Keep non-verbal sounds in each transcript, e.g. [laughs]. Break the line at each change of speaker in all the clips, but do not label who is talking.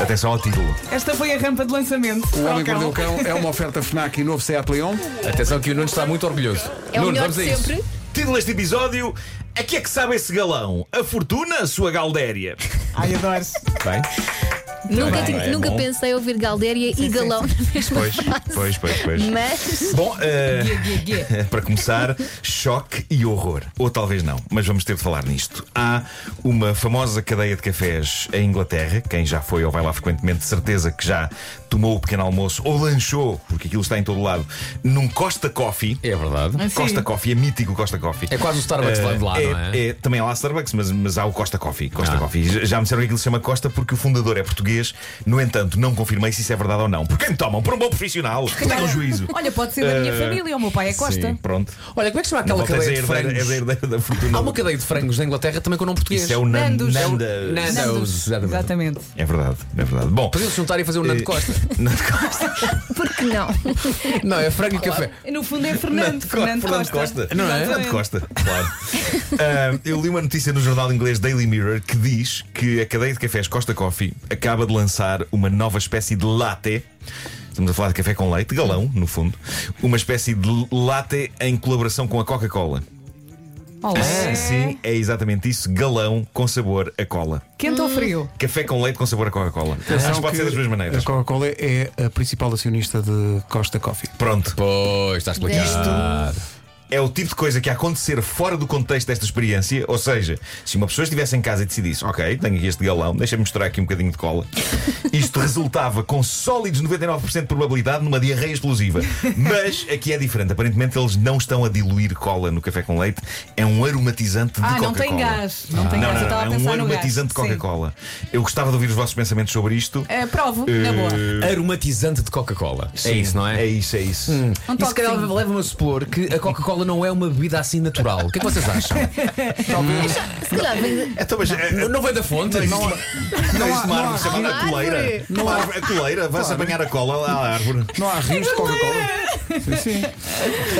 Atenção ao título.
Esta foi a rampa de lançamento.
O Homem que
Ao
Mordeu o
cão.
Cão é uma oferta FNAC e novo Seat Leon.
Atenção que o Nuno está muito orgulhoso.
É o
Nuno,
melhor
vamos a
de
isso.
sempre.
Título deste episódio: A que é que sabe esse galão? A fortuna, sua galdéria?
[laughs]
Ai, adoro.
Bem,
Nunca,
bem,
tive-
é
nunca
bom.
pensei ouvir Galdéria e Galão na mesma
pois,
frase.
pois, pois, pois.
Mas
Bom, eh,
Guê, guê, guê.
Para começar, choque e horror. Ou talvez não, mas vamos ter de falar nisto. Há uma famosa cadeia de cafés em Inglaterra. Quem já foi ou vai lá frequentemente, de certeza que já tomou o pequeno almoço ou lanchou, porque aquilo está em todo lado, num Costa Coffee.
É verdade.
Mas sim.
Costa Coffee, é mítico Costa Coffee.
É quase o Starbucks lá de lá, não é?
Também há lá Starbucks, mas, mas há o Costa Coffee. Costa
Ah.
Coffee. Já- Já me disseram que aquilo se chama Costa porque o fundador é português. No entanto, não confirmei se isso é verdade ou não. Por quem tomam? Por um bom profissional. Tenham juízo.
[laughs] Olha, pode ser da minha
Eh,
família, o meu pai é Costa.
Pronto.
Olha, como é que se chama
Não
aquela
voltes
cadeia
a
de
herdeira- é
frangos?
a herdeira da fortuna.
Há uma cadeia de frangos na Inglaterra também com nome português.
Isso é o Nan-
Nandos.
Nanda.
Nandos.
Nandos.
exatamente.
Exatamente.
É verdade, é verdade. Bom,
Podiam se juntar e fazer um Nando
Eh,
[laughs] Costa.
Nando Costa.
por que não?
Não, é frango e café.
No fundo
[laughs]
é Fernando. Fernando
Fernando
Costa.
Costa.
Não é?
Fernando Costa, claro. [laughs] Ah, eu li uma notícia no jornal inglês Daily Mirror que diz que a cadeia de cafés Costa Coffee acaba de lançar uma nova espécie de latte. Estamos a falar de café com leite, galão, no fundo. Uma espécie de latte em colaboração com a Coca-Cola.
Olá.
Sim, sim, é exatamente isso. Galão com sabor a cola.
Quente ou frio?
Café com leite com sabor a Coca-Cola. Acho que pode ser das duas maneiras.
A Coca-Cola é a principal acionista de Costa Coffee.
Pronto.
Pois, está explicado.
é o tipo de coisa que ia acontecer fora do contexto desta experiência. Ou seja, se uma pessoa estivesse em casa e decidisse, ok, tenho aqui este galão, deixa-me misturar aqui um bocadinho de
[laughs]
cola, isto resultava com sólidos 99% de probabilidade numa diarreia explosiva. Mas aqui é diferente. Aparentemente eles não estão a diluir cola no café com leite, é um aromatizante de
Ah,
Coca-Cola.
não tem gás. Não tem
Não,
gás.
não,
eu estava
não,
a
é um
pensar no gás.
aromatizante de Coca-Cola. Eu gostava de ouvir os vossos pensamentos sobre isto. Eh,
Sim. Eh, provo, na boa.
Aromatizante de Coca-Cola. É isso, não é?
É isso, é isso.
Um
E se calhar
toquezinho.
leva-me a supor que a Coca-Cola não é uma bebida assim natural. O que é que vocês acham? [laughs]
Se calhar vem-
Então, mas, eh,
Não vem da fonte?
Não há, não há uma árvore chamada
há
coleira.
árvore.
Não há a coleira, vais apanhar a cola à árvore.
Não há
é?
rios de Coca-Cola? Sim, sim.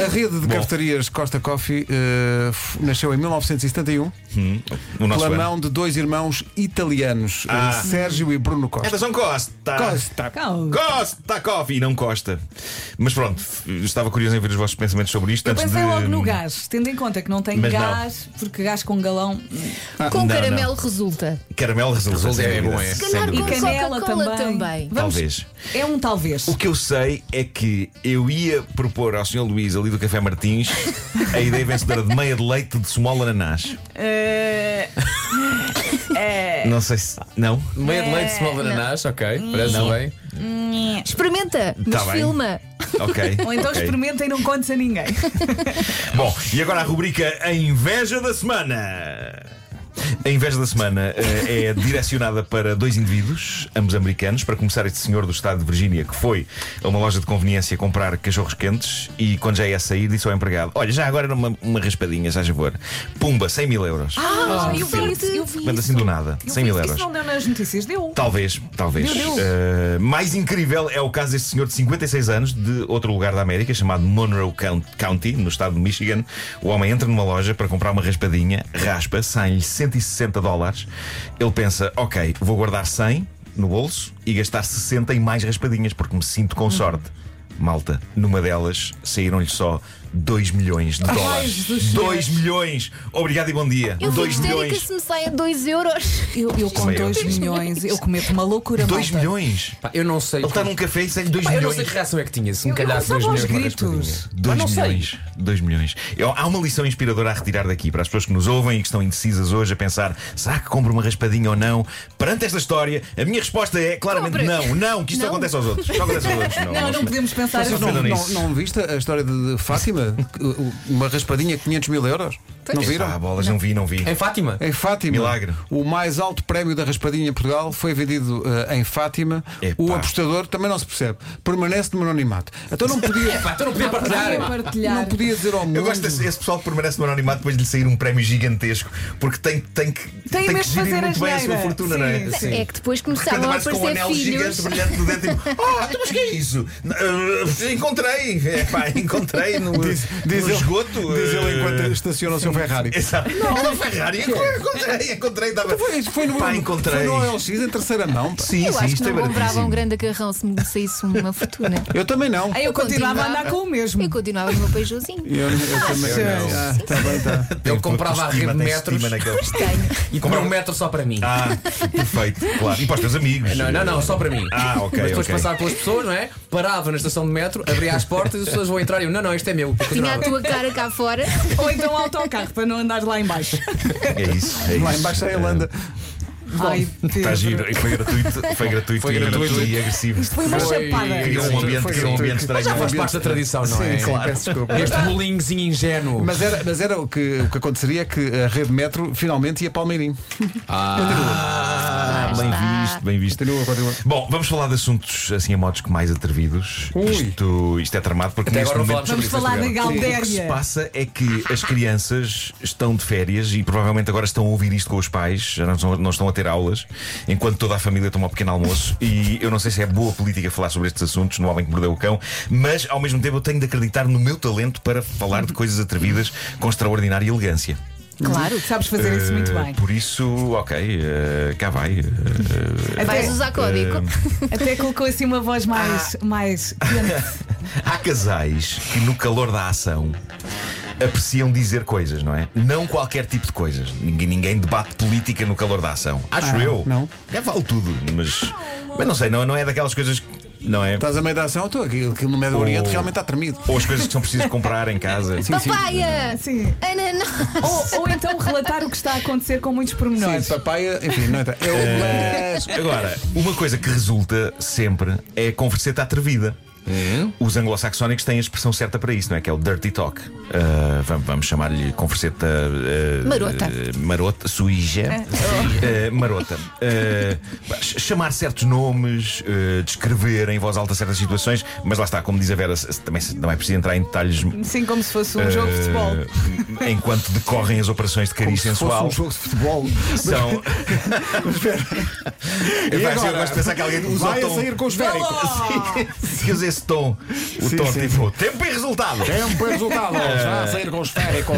A rede de cafetarias Costa Coffee eh, f- nasceu em 1971
No Hum. nosso
pela
ano.
mão de dois irmãos italianos, eh,
Ah.
Sérgio e Bruno Costa.
Atenção, é Costa!
Costa.
Calma.
Costa Coffee, não Costa. Mas pronto, estava curioso em ver os vossos pensamentos sobre isto.
Eu
antes
pensei
de...
é logo no gás, tendo em conta que não tem
Mas não.
gás, porque gás com galão.
com
Ah, não,
caramelo resulta.
Caramelo resulta.
Resulta
sem
é
dúvida,
bom, é.
sem
Se calhar
dúvida.
com
E canela
Coca-Cola
também.
também.
Vamos-
Talvez.
É
[laughs]
um talvez.
O que eu sei é que eu ia propor ao Sr. Luís, ali do Café Martins, a ideia vencedora de meia de leite de small ananás.
Eh, É.
Não sei se. Não?
Meia é de leite, small ananás, ok. Parece bem.
Experimenta, mas
Tá bem.
filma.
Ok.
Ou então
ok.
experimenta e não contes a ninguém.
Bom, e agora a rubrica A Inveja da Semana. A inveja da semana eh, é direcionada para dois indivíduos, ambos americanos. Para começar, este senhor do estado de Virgínia que foi a uma loja de conveniência comprar cachorros quentes e, quando já ia sair, disse ao empregado: Olha, já agora era uma, uma raspadinha, já favor. Pumba, 100 mil euros.
Ah, eu
vi isso, eu vi
Mas assim do nada,
Eu
100 mil euros.
fiz-
Então,
Isso não deu nas notícias, deu.
Talvez, talvez.
Meu Deus.
Eh, mais incrível é o caso deste senhor de 56 anos, de outro lugar da América, chamado Monroe Count- County, no estado de Michigan. O homem entra numa loja para comprar uma raspadinha, raspa, saem-lhe 160 dólares. Ele pensa, ok, vou guardar 100 no bolso e gastar 60 em mais raspadinhas, porque me sinto com sorte. Malta, numa delas saíram-lhe só 2 milhões de dólares.
Jesus
2 milhões! Obrigado e bom dia.
Eu fui
2
histérica
milhões.
é se me saem 2 euros.
Eu, eu com
Também eu.
2 milhões, eu cometo uma loucura
2
malta.
milhões?
Pá, eu não sei.
Ele está num café e sai-lhe 2
Pá, eu
milhões.
não sei que reação é que tinha. Se me
Eu
calhasse dois
começava aos
meses. uma
gritos.
raspadinha.
2
Mas não sei.
milhões. 2 milhões. Eu- há uma lição inspiradora a retirar daqui para as pessoas que nos ouvem e que estão indecisas hoje a pensar: será que compro uma raspadinha ou não? Perante esta história, a minha resposta é claramente
Compre.
não, não, que isto
Não.
acontece aos outros. Só acontece aos outros. Não,
Não, não podemos pensar
Vocês
assim.
Não,
Não,
não,
nisso.
não viste a história de de Fátima? [laughs] Que, uh, Uma raspadinha de 500 mil euros? Não
Ah,
viram? É
bolas, não vi, não vi.
Em Fátima?
Em Fátima,
Milagre.
o mais alto prémio da raspadinha em Portugal foi vendido eh, em Fátima.
Epá.
O apostador também não se percebe. Permanece no anonimato. Então não podia,
Pá, então não
Podia
podia partilhar.
partilhar.
não podia dizer ao mundo.
Eu gosto desse esse pessoal que permanece no anonimato depois de lhe sair um prémio gigantesco, porque tem, tem que,
Tem
que
mesmo de
gerir
fazer
muito
a
bem a sua
geneira.
fortuna, não é?
Sim.
É que depois
Cada
começavam a
mais com um
aparecer
anel gigante
filhos.
"Oh, brilhante no dedo, tipo, ah, então, mas que é isso? N- ah, encontrei, é, Eh, pá, encontrei no.
[laughs] Diz, diz
no
ele,
esgoto.
diz ele
eh,
enquanto
[laughs]
estaciona o seu Ferrari. Então
Exato. Não, uma Ferrari. Encontrei, encontrei. Dava...
é. Foi, foi no,
Pá, encontrei.
foi no OLX em terceira mão. pá.
Sim,
Eu
sim,
acho que
isto é
não comprava
baratíssimo.
um grande acarrão se me saísse uma fortuna.
Eu também não.
Aí eu,
Eu
continuava a
continuava.
andar com o mesmo.
Eu continuava no meu peijozinho.
Eu, eu também
Sim.
não. Ah, tá bem, tá.
Ele comprava a rede de metros e comprava um
Comprava-
metro só para mim.
é
Ah,
Ah, perfeito, claro. E para os teus amigos.
Não, não, não, só para mim.
Ah, ok,
Mas depois
ok.
passava pelas pessoas, não é? Parava na estação de metro, abria as portas e as pessoas vão entrar e eu, não, não, este é meu. E
Tinha a
continuava.
tua cara cá fora.
Ou então autocarro para não andares lá em [laughs] baixo.
É isso. É
Lá
isso.
embaixo da Irlanda.
Ai,
Está
Pedro.
tá giro. E foi gratuito, foi gratuito,
Foi
e-
gratuito.
e agressivo.
Foi uma
Foi-
chapada.
Criou um ambiente,
Foi
criou um ambiente
gratuito.
estranho.
Já faz parte da tradição, não
sim,
é?
sim, peço desculpa.
Este bolinhozinho ingênuo.
é-
Mas era, mas era o, que, o que aconteceria é que a rede metro finalmente ia para o Almeirim.
Ah, bem
está.
visto, bem visto.
Continua, continua.
Bom, vamos falar de assuntos assim a modos que mais atrevidos.
Ui.
Isto, isto é tramado porque
Até
neste
agora não
momento
falámos
Vamos
sobre
falar da
O que se
Galdéria.
passa é que as crianças estão de férias e provavelmente agora estão a ouvir isto com os pais, já não estão, não estão a ter aulas, enquanto toda a família toma um pequeno almoço. E eu não sei se é boa política falar sobre estes assuntos no Homem que Mordeu o Cão, mas ao mesmo tempo eu tenho de acreditar no meu talento para falar de coisas atrevidas com extraordinária elegância.
Claro, sabes fazer isso muito
Eh,
bem.
Por isso, ok, eh, cá vai. eh, eh,
Vais
Até,
usar código.
até colocou assim uma voz mais,
Ah.
mais quente.
Há casais que no calor da ação apreciam dizer coisas, não é? Não qualquer tipo de coisas. Ninguém, ninguém debate política no calor da ação. Acho eu.
não.
Já vale tudo, mas. Mas não sei, não, não é daquelas coisas. que- Não é?
Estás a meio da ação? Estou aqui, aqui no meio do
Oh.
Oriente realmente está tremido.
Ou as coisas que são precisas comprar em casa.
Papaya!
Sim.
Ananás!
Ou, ou então relatar o que está a acontecer com muitos
Sim,
pormenores.
papaya, enfim, não é? É o
Agora, uma coisa que resulta sempre é a converseta atrevida.
É?
Os anglo-saxónicos têm a expressão certa para isso, não é? Que é o dirty talk. Ah, vamos vamos chamar-lhe converseta. ah,
Marota.
ah, marota, suija.
É.
Ah, marota. Ah, ch- chamar certos nomes, ah, descrever em voz alta certas situações, mas lá está, como diz a Vera, se- se- também se- não é preciso entrar em detalhes.
Sim, como se fosse um jogo de futebol.
ah, Enquanto decorrem as operações de
Como
cariz
se fosse
sensual.
um jogo de futebol. [laughs]
São. Eu,
E
pá, assim, eu
agora?
gosto de pensar que alguém usa o
Vai a
tom.
sair com os féricos.
Oh,
que usa esse tom. O
Sim,
tom
sim,
tipo tempo e resultado.
Tempo e É um resultado. Já a sair com os [laughs] féricos.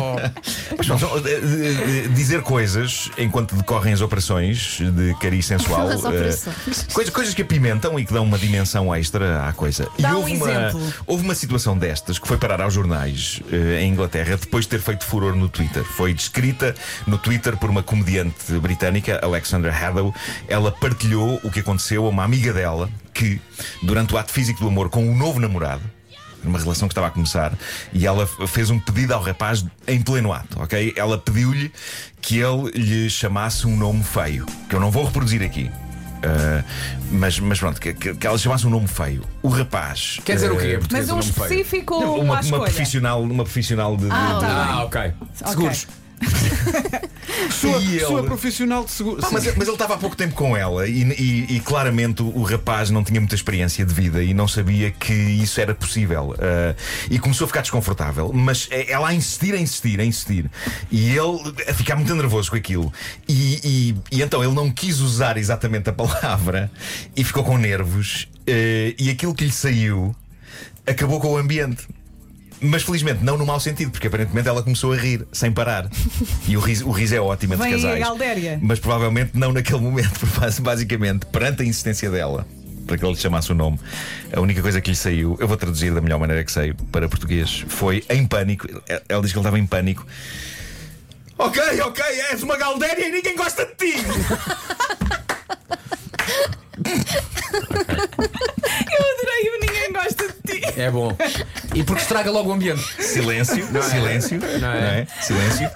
Mas, bom, só, eh, eh, eh, dizer coisas enquanto decorrem as operações de cariz sensual.
As
eh,
operações.
coisas, coisas que apimentam e que dão uma dimensão extra à coisa.
Dá
e
um
houve uma,
exemplo.
houve uma situação destas que foi parar aos jornais eh, em Inglaterra depois de ter feito furor no Twitter. Foi descrita no Twitter por uma comediante britânica, Alexandra Haddow. Ela partilhou o que aconteceu a uma amiga dela que, durante o ato físico do amor com um novo namorado, numa relação que estava a começar, e ela f- fez um pedido ao rapaz em pleno ato, ok? Ela pediu-lhe que ele lhe chamasse um nome feio, que eu não vou reproduzir aqui. Ah, mas, mas pronto, que, que, que ela chamasse um nome feio. O rapaz.
Quer dizer o quê?
ah,
Porque
Mas um específico ou uma,
uma,
à escolha?
uma profissional, uma profissional de.
Ah,
de-
tá
Ah, ok.
Ok.
Seguros.
Sua,
E ele?
sua profissional de seguro.
Pá, mas, mas ele estava há pouco tempo com ela e, e- e claramente o rapaz não tinha muita experiência de vida e não sabia que isso era possível. Ah, e começou a ficar desconfortável, mas eh, ela a insistir, a insistir, a insistir. E ele a ficar muito nervoso com aquilo. E, e- e então ele não quis usar exatamente a palavra e ficou com nervos. Eh, e aquilo que lhe saiu acabou com o ambiente. Mas felizmente não no mau sentido, porque aparentemente ela começou a rir sem parar. E o riso, o riso é ótimo entre
Vem aí a
casais.
Galdéria.
Mas provavelmente não naquele momento, [laughs] porque basi- basicamente, perante a insistência dela, para que ele lhe chamasse o nome, a única coisa que lhe saiu, eu vou traduzir da melhor maneira que sei para português, foi em pânico. Ela- Ela diz que ele estava em pânico. Ok, ok, és uma Galdéria e ninguém gosta de ti!
Eu adorei o Ninguém Gosta de Ti.
É bom. E porque estraga logo o ambiente.
Silêncio, silêncio,
Não é?
não é? Silêncio.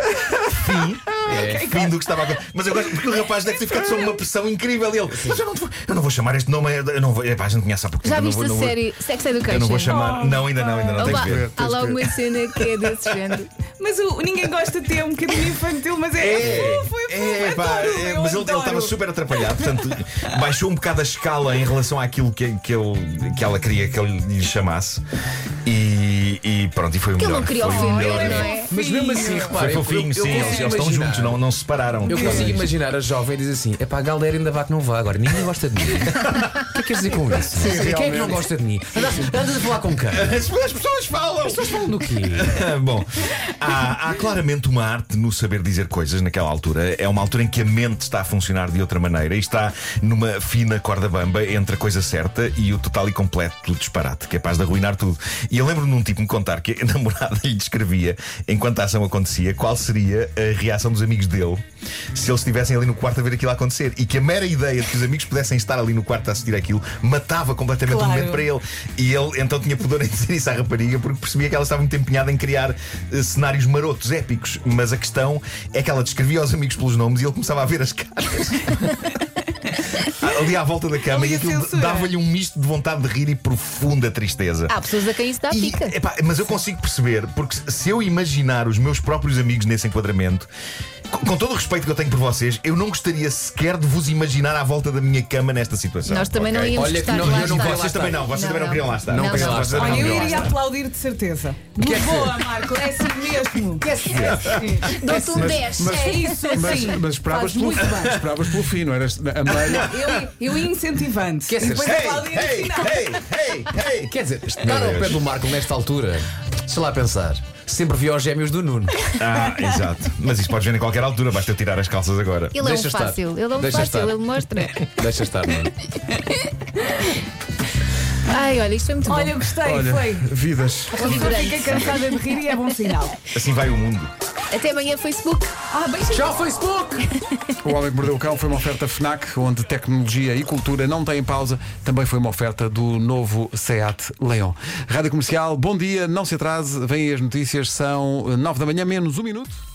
Fim. É, fim do que estava a acontecer. Mas agora, porque o rapaz deve ter ficado sob uma pressão incrível. Ele, mas eu não, te vou, eu não vou chamar este nome. Eu não vou, epá, a gente conhece há pouco tempo.
Já
eu não
viste
vou, não
a
vou-
série Sex
Eu não vou
Education?
chamar. não, ainda não, ainda não. Tens
Opa,
de ver.
há lá uma cena que é desse género.
Mas o o Ninguém Gosta de Ti é um bocadinho infantil, mas é, fofo, é fofo,
é, pá,
adoro,
é,
eu
mas ele ele
adoro.
estava super atrapalhado,
[laughs]
portanto, baixou um bocado a escala em relação àquilo que, que, ele, que ela queria que ele lhe chamasse. E, e pronto, e foi o
Porque ele
melhor.
não criou
foi o
filho,
melhor.
não é?
Mas mesmo assim,
Foi
reparem.
fofinho,
eu- eu
sim,
consigo
eles- eles estão
imaginar
muitos não, não se pararam.
Eu
Claro.
consigo imaginar a jovem diz assim: é pá, a galera ainda vá que não vá agora, ninguém
[laughs]
gosta de mim. O que é que queres dizer com isso? Quem é que não
realmente.
gosta de mim? Andas, andas a falar com quem?
As as pessoas falam!
Estás falando do quê?
[laughs] Bom, há, há claramente uma arte no saber dizer coisas naquela altura. É uma altura em que a mente está a funcionar de outra maneira e está numa fina corda bamba entre a coisa certa e o total e completo disparate, capaz de arruinar tudo. E eu lembro-me de um tipo me contar que a [laughs] namorada lhe descrevia, enquanto a ação acontecia, qual seria a reação dos amigos dele se eles estivessem ali no quarto a ver aquilo acontecer. E que a mera ideia de que os amigos pudessem estar ali no quarto a assistir aquilo matava completamente o
Claro.
momento para ele. E ele então tinha pudor em dizer isso à rapariga porque percebia que ela estava muito empenhada em criar eh, cenários marotos, épicos. Mas a questão é que ela descrevia os amigos pelos nomes e ele começava a ver as caras. Ali à volta da cama
Ele
e
ia
aquilo
censurar.
dava-lhe um misto de vontade de rir e profunda tristeza.
Há pessoas a quem isso dá
E,
Ah, tá pica.
epá, mas eu consigo perceber, porque se eu imaginar os meus próprios amigos nesse enquadramento, com, com todo o respeito que eu tenho por vocês, eu não gostaria sequer de vos imaginar à volta da minha cama nesta situação.
Nós também
ok?
não íamos
Olha que
gostar
não-
de lá
eu não
estar.
queria lá
Vocês também não, vocês também não queriam lá estar.
Não queriam lá
Vocês
estar.
também
Olha,
não queriam
eu
lá
iria
estar.
aplaudir de certeza. Que Boa, Marco, é assim mesmo.
Dou-te um 10.
mas-
é isso.
Isso
Mas,
assim.
mas esperavas,
Faz
pelo,
muito bem.
esperavas pelo fim, não eras a meio.
[laughs] Eu, eu ia incentivando.
Quer
E depois é
ser-
aplaudia no
Ei, tá
final.
ei, ei, ei,
[laughs]
ei.
Quer dizer, estar
Meu
ao pé
Deus.
do Marco nesta altura, deixa lá pensar. Sempre vi os gêmeos do Nuno.
Ah, exato. Mas isso podes ver em qualquer altura, basta eu tirar as calças agora.
Ele é
Deixa
um
estar.
fácil. Ele é um
Deixa
fácil.
estar.
Ele mostra.
Deixa estar, Nuno.
Ai, olha, isto foi muito
Olha,
bom.
gostei,
Olha,
foi.
vidas.
A pessoa fica cansada de rir e é bom sinal.
Assim vai o mundo.
Até amanhã, Facebook.
Ah, beijinho.
Tchau, Facebook!
O Homem que Mordeu o Cão foi uma oferta FNAC, onde tecnologia e cultura não têm pausa. Também foi uma oferta do novo SEAT Leon. Rádio Comercial, bom dia, não se atrase. Vêm aí as notícias, são eh, nove da manhã, menos um minuto.